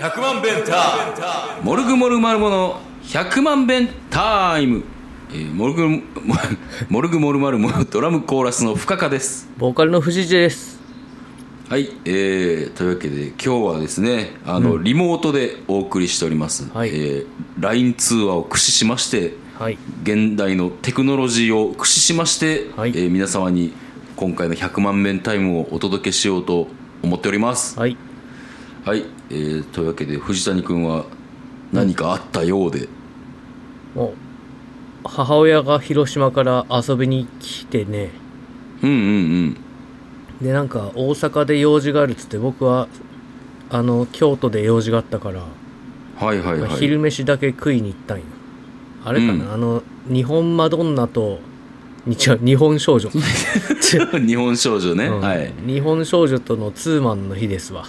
100万弁タモルグモルマルモの100万弁タイム、えーモルグ モモルグモルマルモのドラムコーラスの深川ですボーカルの藤井です。はい、えーというわけで今日はですねあの、リモートでお送りしております、はいえー LINE 通話を駆使しましてはい。現代のテクノロジーを駆使しまして、はいえー皆様に今回の100万弁タイムをお届けしようと思っておりますはい。はい、えーというわけで藤谷君は何かあったようで、もう、母親が広島から遊びに来てね。うんうんで、なんか大阪で用事があるっつって、僕は、あの、京都で用事があったから、うんはいはいまあはい 昼飯だけ食いに行ったんよ。あれかな、うんあの、日本マドンナと、に違う、日本少 女。日本少女ね、うんはい、日本少女とのツーマンの日ですわ。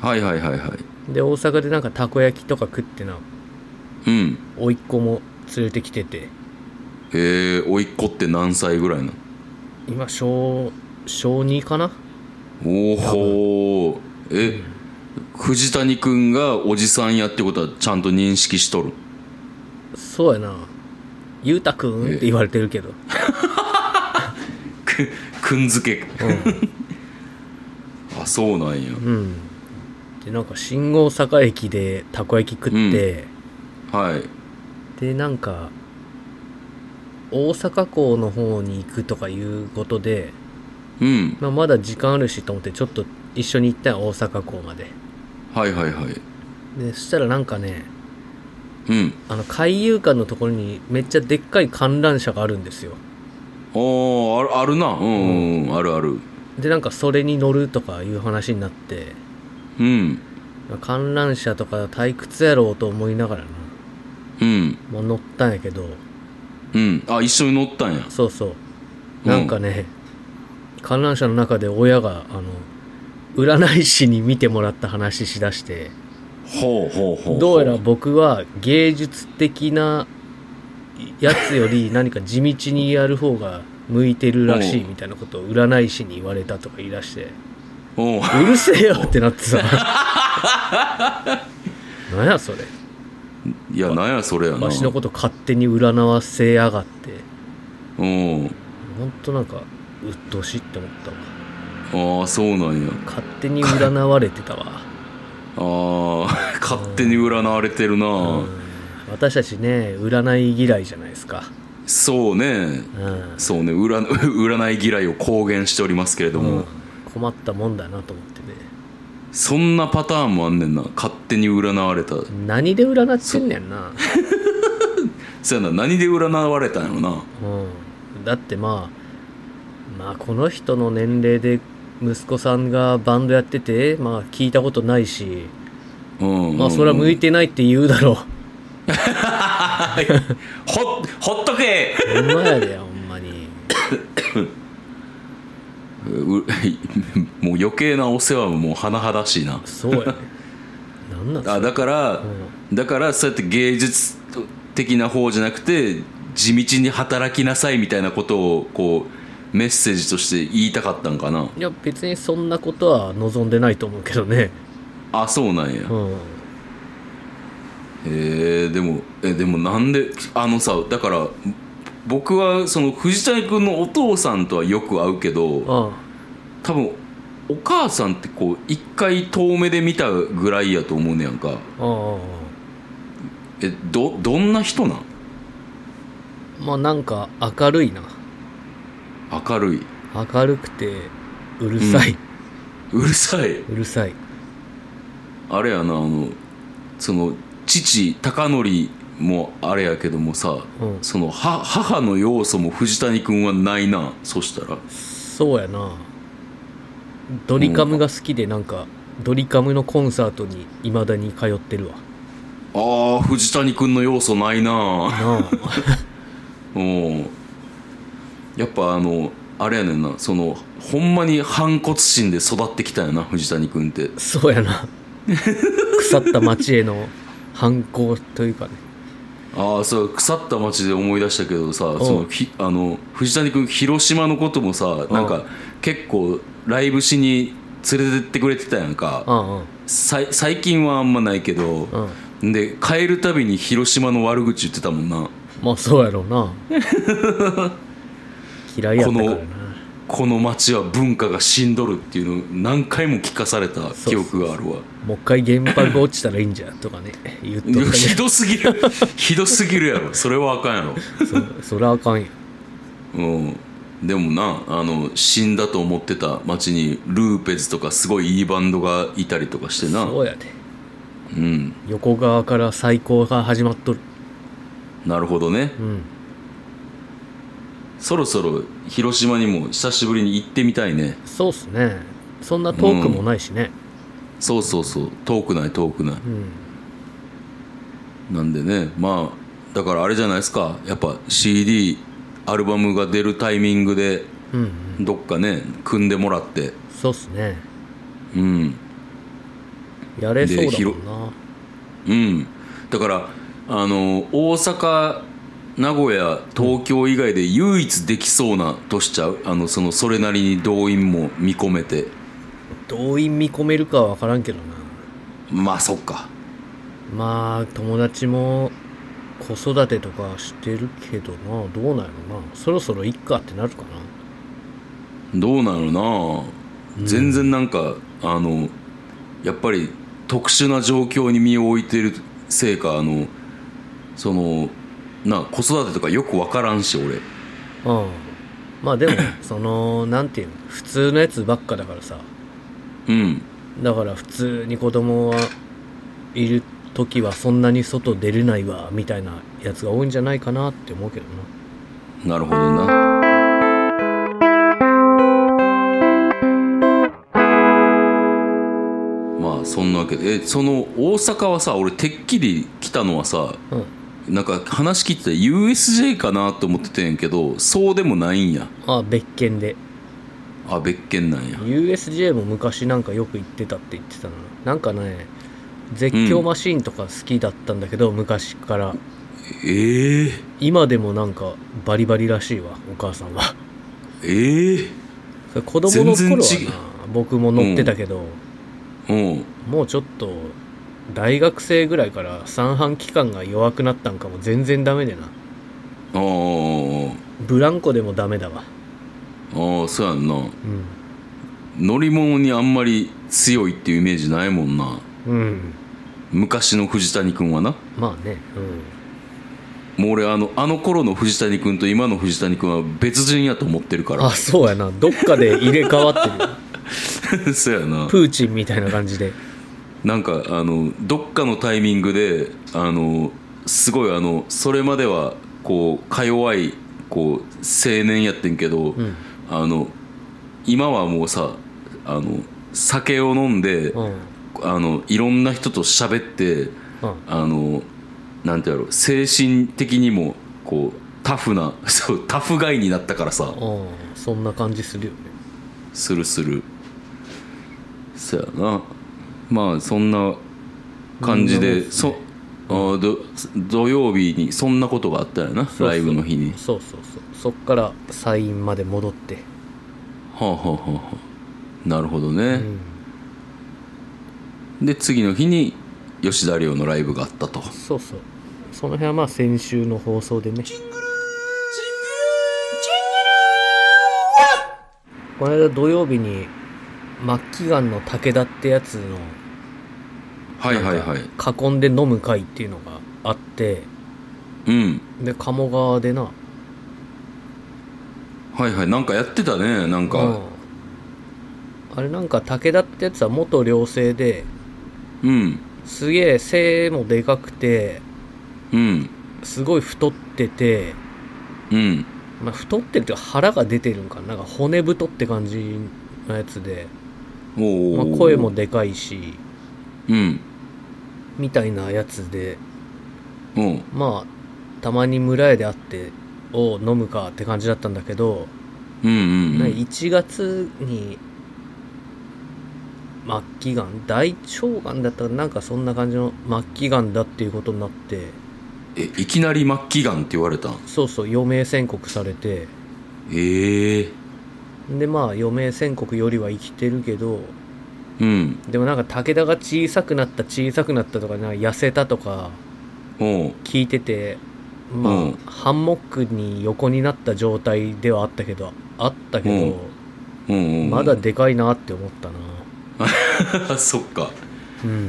はいはいはいはいで、大阪でなんかたこ焼きとか食ってな、うん甥っ子も連れてきてて。えー、おいっ子って何歳ぐらいなの今小小2かなおおえ、藤谷君がおじさんやってことはちゃんと認識しとる そうやなゆうたくんって言われてるけど、くくんづけあそうなんやうん、うん、でなんか新大阪駅でたこ焼き食って、はいでなんか大阪港の方に行くとかいうことで、うんまあ、まだ時間あるしと思ってちょっと一緒に行ったよ大阪港まではいはいはいでそしたらなんかねうんあの海遊館のところにめっちゃでっかい観覧車があるんですよおーあるあるなうん、うんうん、あるあるでなんかそれに乗るとかいう話になってうん観覧車とか退屈やろうと思いながらな、うんまあ、乗ったんやけどうんあ一緒に乗ったんやそうそううんなんかね、観覧車の中で親があの占い師に見てもらった話しだしてほうほうほうどうやら僕は芸術的なやつ より何か地道にやる方が向いてるらしいうんみたいなことを占い師に言われたとか言い出しておううるせえよってなってさ 何やそれいやなんやそれやなわしのこと勝手に占わせやがってうんほんとなんか鬱陶しいって思ったわああそうなんや勝手に占われてたわ、あー 勝手に占われてるな、うん私たちね占い嫌いじゃないですか、そうねうんそうね占 占い嫌いを公言しておりますけれども、うん困ったもんだなと思ってねそんなパターンもあんねんな勝手に占われた何で占ってんねんな、そやな何で占われたんやろなうん、だってまあまあこの人の年齢で息子さんがバンドやっててまあ聞いたことないしうん、まあそれは向いててないって言うだろうほっほっと けほんまやでほんまにう もう余計なお世話ももう甚だしいなそうやねなんなんあだから、だからそうやって芸術的な方じゃなくて地道に働きなさいみたいなことをこうメッセージとして言いたかったんかないや別にそんなことは望んでないと思うけどねあそうなんや、うんえー、でもえでもなんであのさだから僕はその藤谷君のお父さんとはよく会うけどあ多分お母さんってこう一回遠目で見たぐらいやと思うねやんかあああえどどんな人なんまあなんか明るいな明るい明るくてうるさい、うるさいうるさいあれやなあのその父貴教もあれやけどもさ、うんそのは母の要素も藤谷君はないなそしたらそうやなドリカムが好きでなんかドリカムのコンサートにいまだに通ってるわあー藤谷君の要素ないな なあうんやっぱあのあれやねんなそのほんまに反骨心で育ってきたんやな藤谷君って そうやな腐った町への反抗というかねああそう腐った町で思い出したけどさんそのひあの藤谷君広島のこともさなんか結構ライブしに連れてってくれてたやんかうんうんさい最近はあんまないけど、で帰るたびに広島の悪口言ってたもんなまあそうやろうな嫌いやったからなここの町は文化が死んどるっていうのを何回も聞かされた記憶があるわ もう一回原爆落ちたらいいんじゃんとかね言っとっ たいやひけどすぎ るひどすぎるやろそれはあかんやろどそそりゃあかんようん、でもなあの死んだと思ってた町にルーペズとかすごいいいバンドがいたりとかしてなそうやでうん横側から最高が始まっとるなるほどねうんそろそろ広島にも久しぶりに行ってみたいねそうっすねそんな遠くもないしねそうそうそう遠くない遠くないうん、なんでねまあだからあれじゃないですかやっぱ CD アルバムが出るタイミングでうん、うんどっかね組んでもらってそうっすねうんやれそうでひだろもんなうん、だからあの大阪名古屋東京以外で唯一できそうなとしちゃうあのそのそれなりに動員も見込めて動員見込めるかは分からんけどなまあそっかまあ友達も子育てとかしてるけどなどうなんやろなそろそろいっかってなるかなどうなのな、全然なんかあのやっぱり特殊な状況に身を置いてるせいかあのそのな子育てとかよく分からんし俺うんまあでもそのなんていうの普通のやつばっかだからさうんだから普通に子供はいる時はそんなに外出れないわみたいなやつが多いんじゃないかなって思うけどななるほどな。まあそんなわけでえその大阪はさ俺てっきり来たのはさうんなんか話聞いてたら USJ かなと思ってたんやけどそうでもないんやあ別件であ別件なんや USJ も昔なんかよく行ってたって言ってたななんかね絶叫マシーンとか好きだったんだけど、昔からええ今でもなんかバリバリらしいわお母さんはええそれ 子供の頃全は然違うな僕も乗ってたけど、うんもうちょっと大学生ぐらいから三半規管が弱くなったんかも全然ダメでなあーブランコでもダメだわあーそうやんなうん乗り物にあんまり強いっていうイメージないもんなうん昔の藤谷君はなまあねもう俺あのあの頃の藤谷君と今の藤谷君は別人やと思ってるかうんあ らそうやなどっかで入れ替わって るそうやなプーチンみたいな感じでなんかあのどっかのタイミングであのすごいあのそれまではこうか弱いこう青年やってんけど、んあの今はもうさあの酒を飲んで、うんうんあのいろんな人と喋ってあのなんてやろう精神的にもこうタフな そうタフガイになったからさ、うんそんな感じするよねするするそやなまあそんな感じでそあど土曜日にそんなことがあったよなうそうライブの日にそうそうそうそっからサインまで戻ってはあはあはあはあなるほどうね、んで次の日に吉田寮のライブがあったとそうそうその辺はまあ先週の放送でねこの間土曜日に末期がんの武田ってやつのはいはいはい囲んで飲む会っていうのがあってうんで鴨川でなはいはいなんかやってたねなんうんかあれなんか武田ってやつは元寮生でうんすげえ背もでかくてうんすごい太ってて、うんまあ、太ってるっていうか腹が出てるんかななんか骨太って感じのやつで、おまあお、声もでかいしうんみたいなやつでうんまあたまに村へで会ってを飲むかって感じだったんだけど、うんうんなうんんか1月に末期がん大腸がんだったらなんかそんな感じの末期がんだっていうことになってえいきなり末期がんって言われたんそうそう余命宣告されてええでまあ余命宣告よりは生きてるけどうんでもなんか武田が小さくなった小さくなったとかなんか痩せたとかおう聞いててまあ、うんハンモックに横になった状態ではあったけどあったけど、うんうんうんまだでかいなって思ったな そっかうん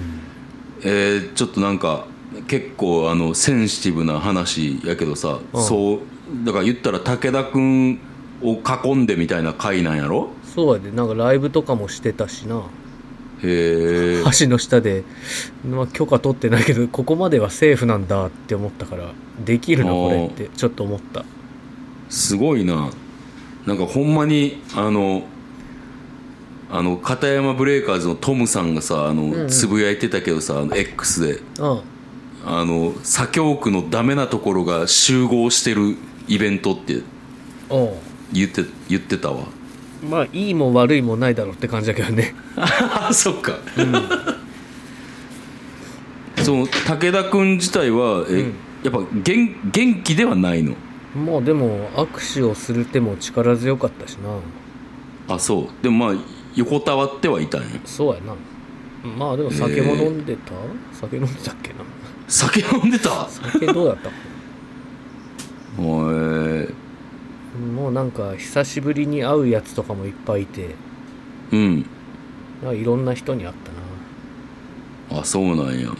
えーちょっとなんか結構あのセンシティブな話やけどさ、うんそうだから言ったら武田君を囲んでみたいな回なんやろそうやでなんかライブとかもしてたしなへえ橋の下で、まあ、許可取ってないけどここまではセーフなんだって思ったからできるなあーこれってちょっと思ったすごいななんかほんまにあのあの片山ブレイカーズのトムさんがさあの、んうんつぶやいてたけどさあの X でうんあの左京区のダメなところが集合してるイベントっておう言って言ってたわまあいいも悪いもないだろうって感じだけどねあそっか、その武田君自体はえ、うんやっぱ元元気ではないのもうでも握手をする手も力強かったしなあそうでもまあ横たわってはいたんやそうやなまあでも酒も飲んでた、酒飲んでたっけな酒飲んでた酒どうだった おえもうなんか久しぶりに会うやつとかもいっぱいいてうんなんかいろんな人に会ったなあそうなんやうん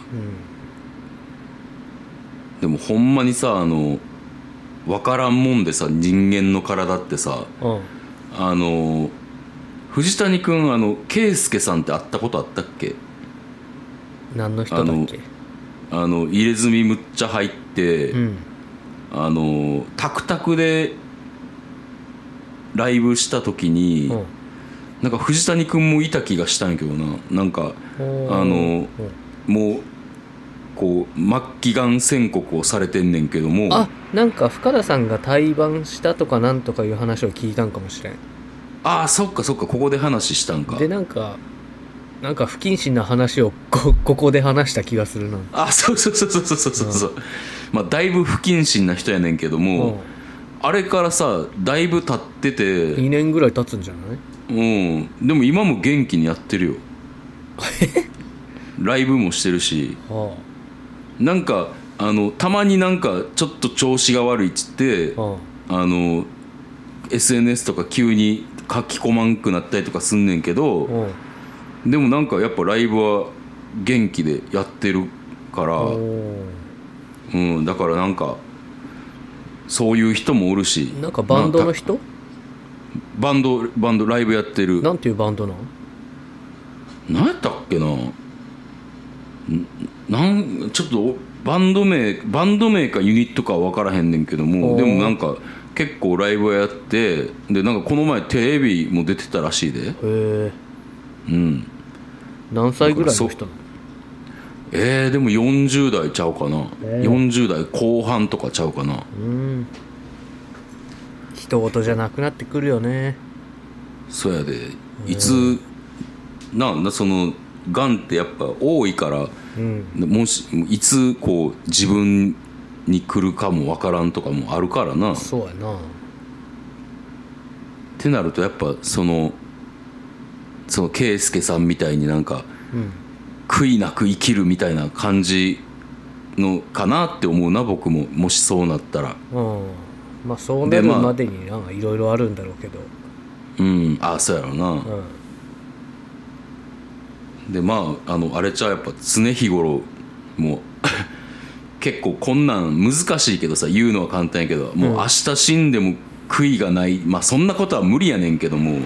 でもほんまにさあの分からんもんでさ人間の体ってさうんあの藤谷君あの圭介さんって会ったことあったっけ何の人だっけあの入れ墨むっちゃ入って、うんあのタクタクでライブした時に、うんなんか藤谷君もいた気がしたんやけどななんかああのもうこう末期がん宣告をされてんねんけどもあなんか深田さんが対バンしたとかなんとかいう話を聞いたんかもしれんあーそっかそっかここで話したんかでなんかなんか不謹慎な話をこ ここで話した気がするなあそうそうそうそうそうそうそう、まあだいぶ不謹慎な人やねんけども、あれからさだいぶ経ってうんて2年ぐらい経つんじゃないうんでも今も元気にやってるよライブもしてるしあなんかあのたまになんかちょっと調子が悪いっつってあああの SNS とか急に書き込まんくなったりとかすんねんけあどうんでもなんかやっぱライブは元気でやってるからおーうん、だからなんかそういう人もおるしなんかバンドのまあ人たバンドバンドライブやってるなんていうバンドなん何やったっけなんなんちょっとおバンド名バンド名かユニットかは分からへんねんけどおもーでもなんか結構ライブやってでなんかこの前テレビも出てたらしいでへえうん何歳ぐらいの人なえー、でも40代ちゃうかな、えー40代後半とかちゃうかなのうん人事じゃなくなってくるよねそうやでいつななそのがんってやっぱ多いからうんもしいつこう自分に来るかもわからんとかもあるからなっそうやなてなるとやっぱそのその圭介さんみたいになんかうん悔いなく生きるみたいな感じのかなって思うな僕ももしそうなったらうんまあそうなでるまあまでになんかいろいろあるんだろうけど、うんあそうやろな、うん、でまああのあれちゃうやっぱ常日頃もう 結構こんなん難しいけどさ言うのは簡単やけどもう明日死んでも悔いがないまあそんなことは無理やねんけども、う、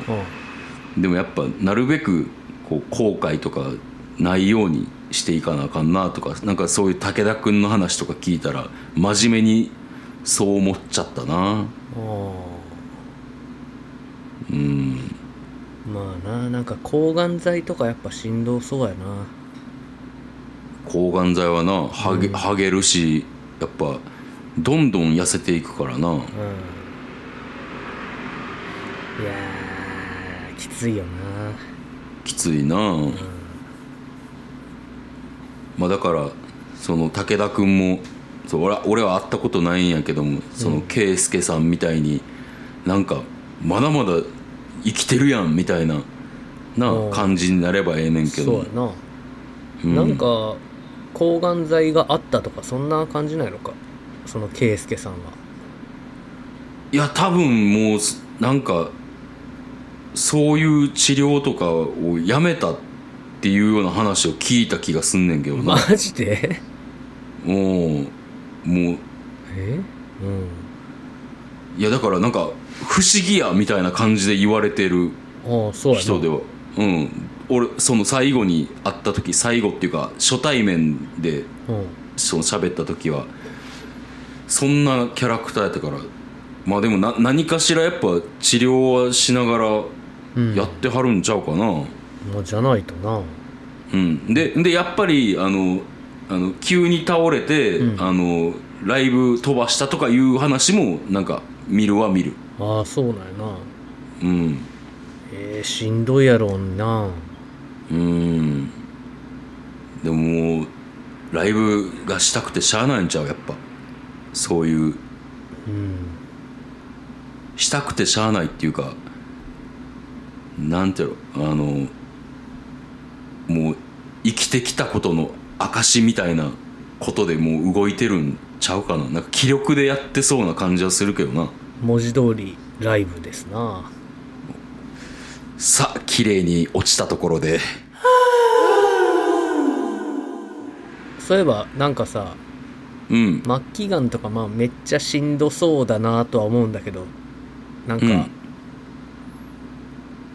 でもやっぱなるべくこう後悔とかないようにしていかなあかんなとかなんかそういう武田君の話とか聞いたら真面目にそう思っちゃったなんうんまあななんか抗がん剤とかやっぱしんどそうやな抗がん剤はなはげ,、はげるしやっぱどんどん痩せていくからなうんいやーきついよなきついな、まあだからその武田君もそう俺は俺は会ったことないんやけどもその圭介さんみたいになんかまだまだ生きてるやんみたいななうん感じになればええねんけそうどやな、うんなんか抗がん剤があったとかそんな感じないのかその圭介さんはいや多分もうすなんかそういう治療とかをやめたっていうような話を聞いた気がすんねんけどなマジでもうもうえうんいやだからなんか不思議やみたいな感じで言われてるああそうやな人ではうん俺その最後に会った時最後っていうか初対面でうんその喋った時はそんなキャラクターやったからまあでもな何かしらやっぱ治療はしながらうんやってはるんちゃうかなうん、まあじゃないとなででやっぱりあのあの急に倒れて、うんあのライブ飛ばしたとかいう話もなんか見るは見るああそうなんやなうんえー、しんどいやろうなうんでももうライブがしたくてしゃあないんちゃうやっぱそういううんしたくてしゃあないっていうかなんていうのあのもう生きてきたことの証みたいなことでもう動いてるんちゃうかななんか気力でやってそうな感じはするけどな文字通りライブですなさあ綺麗に落ちたところでそういえばなんかさうん末期がんとかまあめっちゃしんどそうだなとは思うんだけどなんか、うん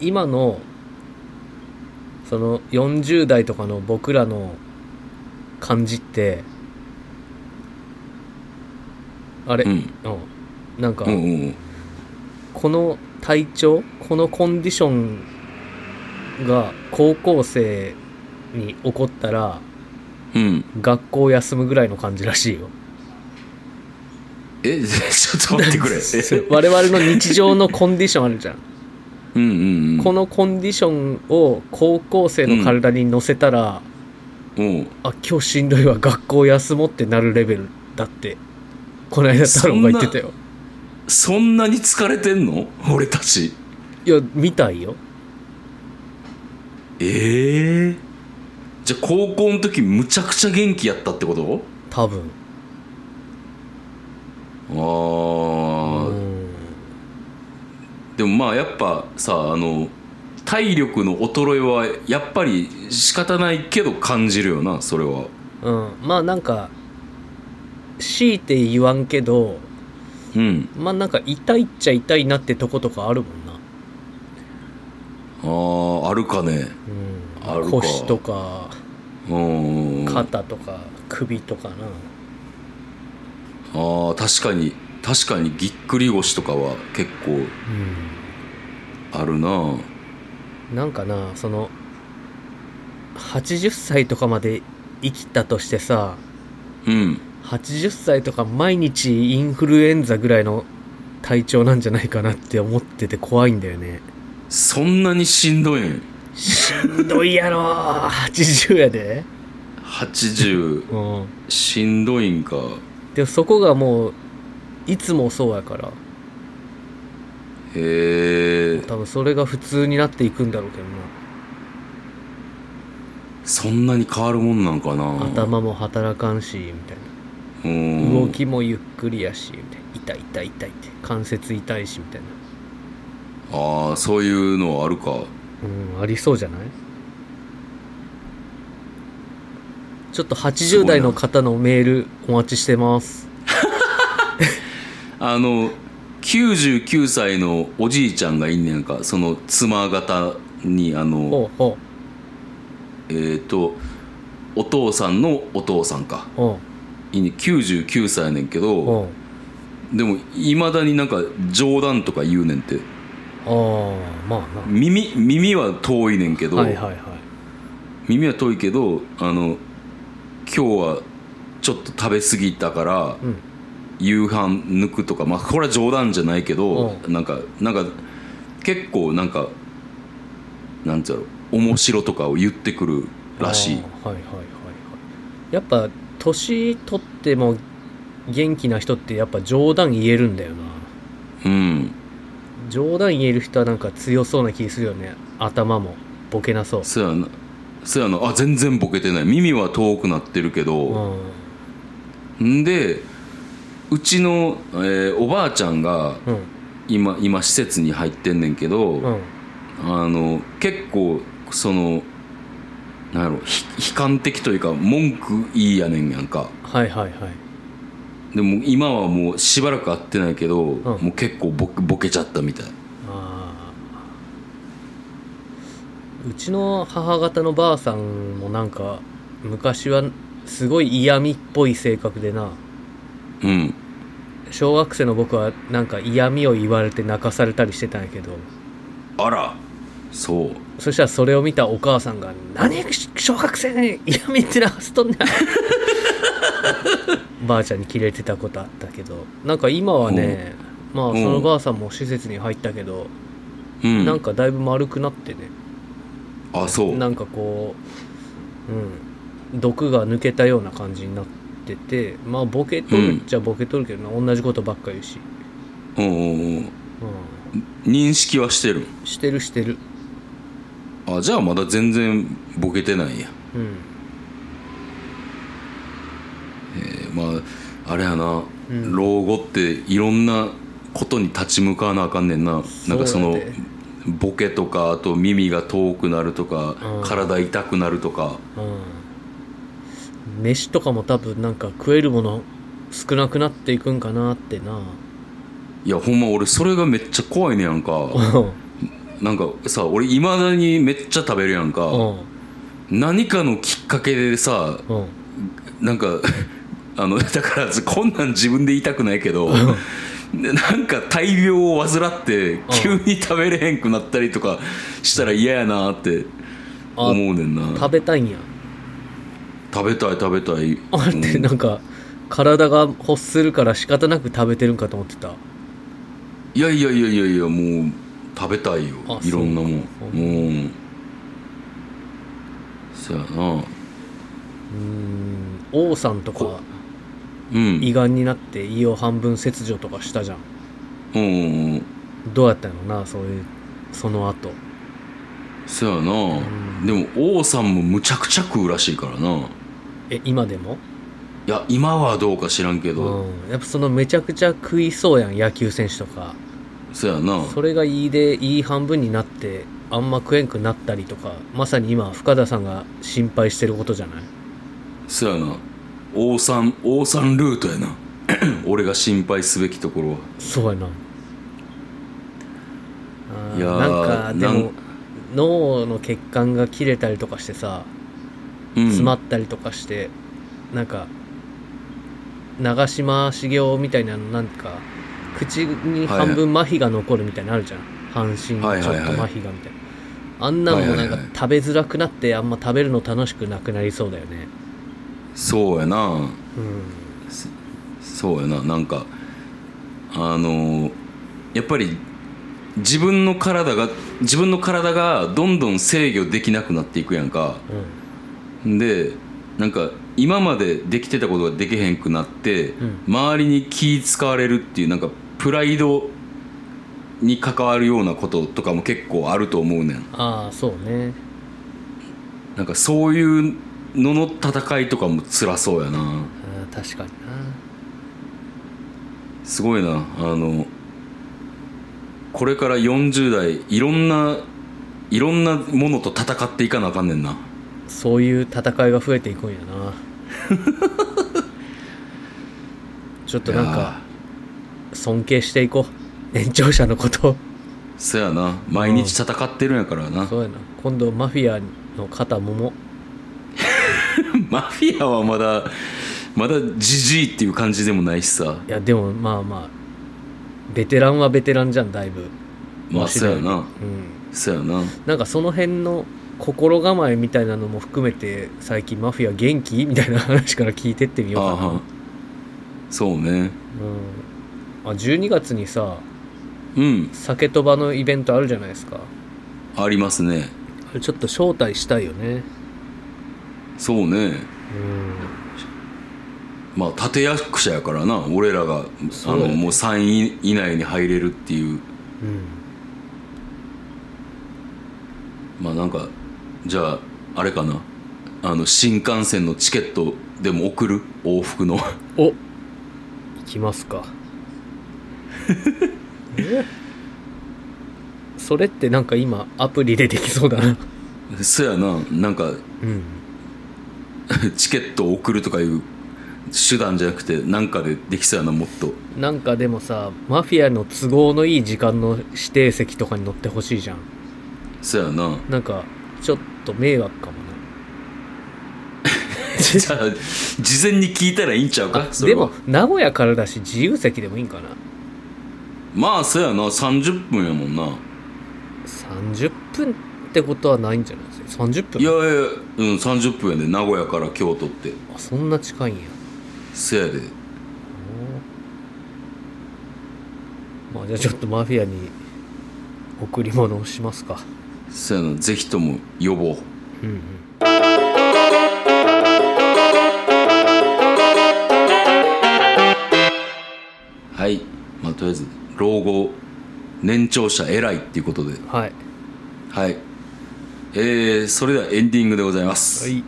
今のその40代とかの僕らの感じってあれ、ううんんなんか、うんうんこの体調このコンディションが高校生に起こったらうん学校休むぐらいの感じらしいよえ ちょっと待ってくれそう我々の日常のコンディションあるじゃん、うんうんうんこのコンディションを高校生の体に乗せたら、うんあ今日しんどいわ学校休もうってなるレベルだってこの間太郎が言ってたよそんなに疲れてんの俺たちいや見たいよええじゃあ高校の時むちゃくちゃ元気やったってこと多分ああ、うんでもまあやっぱさあの体力の衰えはやっぱり仕方ないけど感じるよなそれはうん、まあなんか強いて言わんけどうんまあなんか痛いっちゃ痛いなってとことかあるもんな、あああるかねうん、あるか腰とかうんうんうんあ肩とか首とかなあ確かに確かにぎっくり腰とかは結構あるななんかなその80歳とかまで生きたとしてさうん80歳とか毎日インフルエンザぐらいの体調なんじゃないかなって思ってて怖いんだよねそんなにしんどいんしんどいやろ80やで80うんしんどいんかでもそこがもういつもそうやからへえ多分それが普通になっていくんだろうけどなそんなに変わるもんなんかな頭も働かんしみたいうんな動きもゆっくりやしみたいな痛い痛い痛いって関節痛いしみたいなああそういうのあるかうんありそうじゃないちょっとすごい80な代の方のメールお待ちしてますあの99歳のおじいちゃんがいんねやんかその妻方にあのほうほえっ、とお父さんのお父さんかうほいいね99歳やねんけうどほでもいまだになんか冗談とか言うねんってうああまあ耳耳は遠いねんけど、なはいはいはい耳は遠いけどあの今日はちょっと食べ過ぎたからうん夕飯抜くとかまあこれは冗談じゃないけど、うなんかなんか結構なんかなんていうの面白とかを言ってくるらしいあーはいはいはいはいやっぱ年取っても元気な人ってやっぱ冗談言えるんだよなうん冗談言える人はなんか強そうな気するよね頭もボケなそうそやなそやなあ全然ボケてない耳は遠くなってるけうど、んんでうちの、えーおばあちゃんがうん今今施設に入ってんねんけど、うんあの結構そのなんやろひ悲観的というか文句いいやねんやんかはいはいはいでも今はもうしばらく会ってないけど、もう結構ボボケちゃったみたいあーうちの母方のばあさんもなんか昔はすごい嫌味っぽい性格でなうん小学生の僕はなんか嫌味を言われて泣かされたりしてたんやけどあらそうそしたらそれを見たお母さんが「何小学生に嫌味って流すとん ねん」ばあちゃんにキレてたことあったけどなんか今はねまあそのばあさんも施設に入ったけどうんなんかだいぶ丸くなってねあそうなんかこう、うん、毒が抜けたような感じになっててまあボケとるっちゃボケとるけどな、同じことばっか言うし、うんうんうんう認識はしてるん、してるしてるあじゃあまだ全然ボケてないや、うんえーまああれやな、うん老後っていろんなことに立ち向かわなあかんねんななんかそそうのやでボケとかあと耳が遠くなるとか、うん体痛くなるとかうん飯とかも多分なんか食えるもの少なくなっていくんかなってないやほんま俺それがめっちゃ怖いねやんうかんなんかさ俺いまだにめっちゃ食べるやんか、うん何かのきっかけでさうんなんか あのだからこんなん自分で言いたくないけどでなんか大病を患って急に食べれへんくなったりとかしたら嫌やなってあ思うねんな食べたいんや食べたい食べた いあれってなんか体が欲するから仕方なく食べてるんかと思ってたいやいやいやいやいやもう食べたいよあいろんなもんそうかうんそやなうん王さんとかうん胃がんになって胃を半分切除とかしたじゃんうんうんうんどうやったのなそういうその後そやなでも王さんもむちゃくちゃ食うらしいからなえ今でもいや今はどうか知らんけどうんやっぱそのめちゃくちゃ食いそうやん野球選手とかそやなそれがいいでいい半分になってあんま食えんくなったりとかまさに今深田さんが心配してることじゃないそやな王さん王さんルートやな 俺が心配すべきところはそうやなあーいやーなんかでなもん脳の血管が切れたりとかしてさうん詰まったりとかして、なんか長嶋茂雄みたいなのなんか口に半分麻痺が残るみたいなのあるじゃん、半身ちょっとはい麻はいはい痺がみたいな、あんなのもなんはいはいかはい食べづらくなってあんま食べるの楽しくなくなりそうだよねそうやなうんそうやななんかあのーやっぱり自分の体が自分の体がどんどん制御できなくなっていくやんかでなんか今までできてたことができへんくなって、ん周りに気使われるっていうなんかプライドに関わるようなこととかも結構あると思うねんああそうねなんかそういうのの戦いとかも辛そうやなあー確かにすごいなあのこれから40代いろんないろんなものと戦っていかなあかんねんななそういう戦いが増えていくんや なちょっとなんいかや尊敬していこう年長者のことをーそやな毎日戦ってるんやからな、そうやな今度マフィアの肩もも マフィアはまだまだジジイっていう感じでもないしさいやでもまあまあベテランはベテランじゃんだいぶまあわしそらよやりなうんそやななんかその辺の心構えみたいなのも含めて最近マフィア元気みたいな話から聞いてってみあようかあなはそうねうん、あ12月にさうん酒とばのイベントあるじゃないですかありますねあれちょっと招待したいよねそうねうんまあ立役者やからな俺らがあそうのやねもう3位以内に入れるっていううんまあなんかじゃああれかなあの新幹線のチケットでも送る往復の お行きますかえそれってなんか今アプリでできそうだなそやななんか うんチケットを送るとかいう手段じゃなくてなんかでできそうやなもっとなんかでもさマフィアの都合のいい時間の指定席とかに乗ってほしいじゃんそやななんかちょっと迷惑かもな じゃあ事前に聞いたらいいんちゃうかあそれではも名古屋からだし自由席でもいいんかなまあそやな30分やもんな30分ってことはないんじゃないですか30分いやいやうん30分やで名古屋から京都ってあそんな近いんやせやでまあじゃあちょっとマフィアに贈り物をしますかせやなぜひとも呼ぼううんうんはいまあとりあえず老後年長者偉いっていうことではいはいえー、それではエンディングでございます、い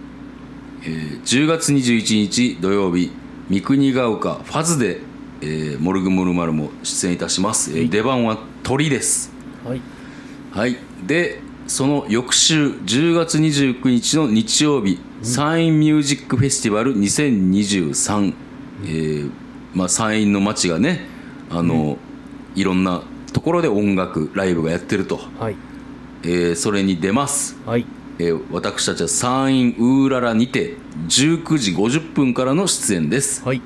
えー10月21日土曜日三国ヶ丘ファズで、えーモルグモルマル」も出演いたします、えー出番は鳥ですはいはい、でその翌週10月29日の日曜日、山陰ミュージックフェスティバル2023、えーまあ、山陰の街がねあの、いろんなところで音楽ライブがやってると、はいえーそれに出ます、はいえー私たちは山陰ウーララにて19時50分からの出演ですはい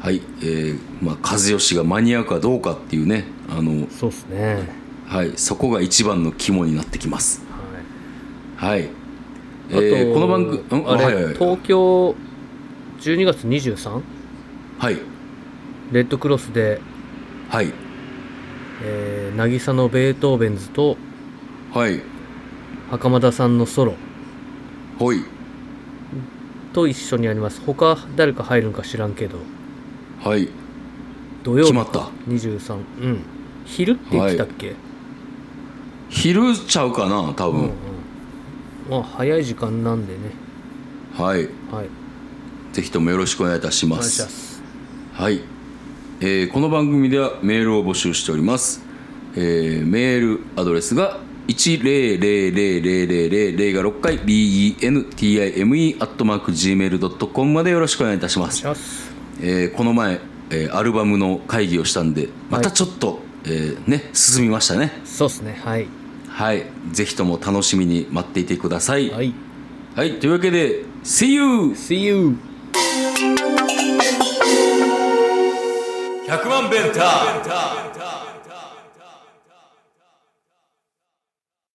はい、えーまあ、和義が間に合うかどうかっていうねあの、そうっすねはいはい、そこが一番の肝になってきますはい。えー、この番組、うんあれ、はいはいはい東京12月 23? はい。レッドクロスで、はい。えー、渚のベートーベンズとはい。袴田さんのソロほい。と一緒にやります他誰か入るんか知らんけどはい。土曜決日まった。 23うん昼って言ってたっけ、昼ちゃうかな、多うんうん分。まあ早い時間なんでねはい。はいぜひともよろしくお願いいたしおま。願いしますすはい。えー、この番組ではメールを募集しております。えー、メールアドレスが、1000000が6回 bentime.gmail.com までよろしくお願いいたしますお。願いしますえーこの前、えーアルバムの会議をしたんでまたちょっと、えーね進みましたねそうっすねはいはいぜひとも楽しみに待っていてください、ははいいというわけで See you! See you! 100万ベンター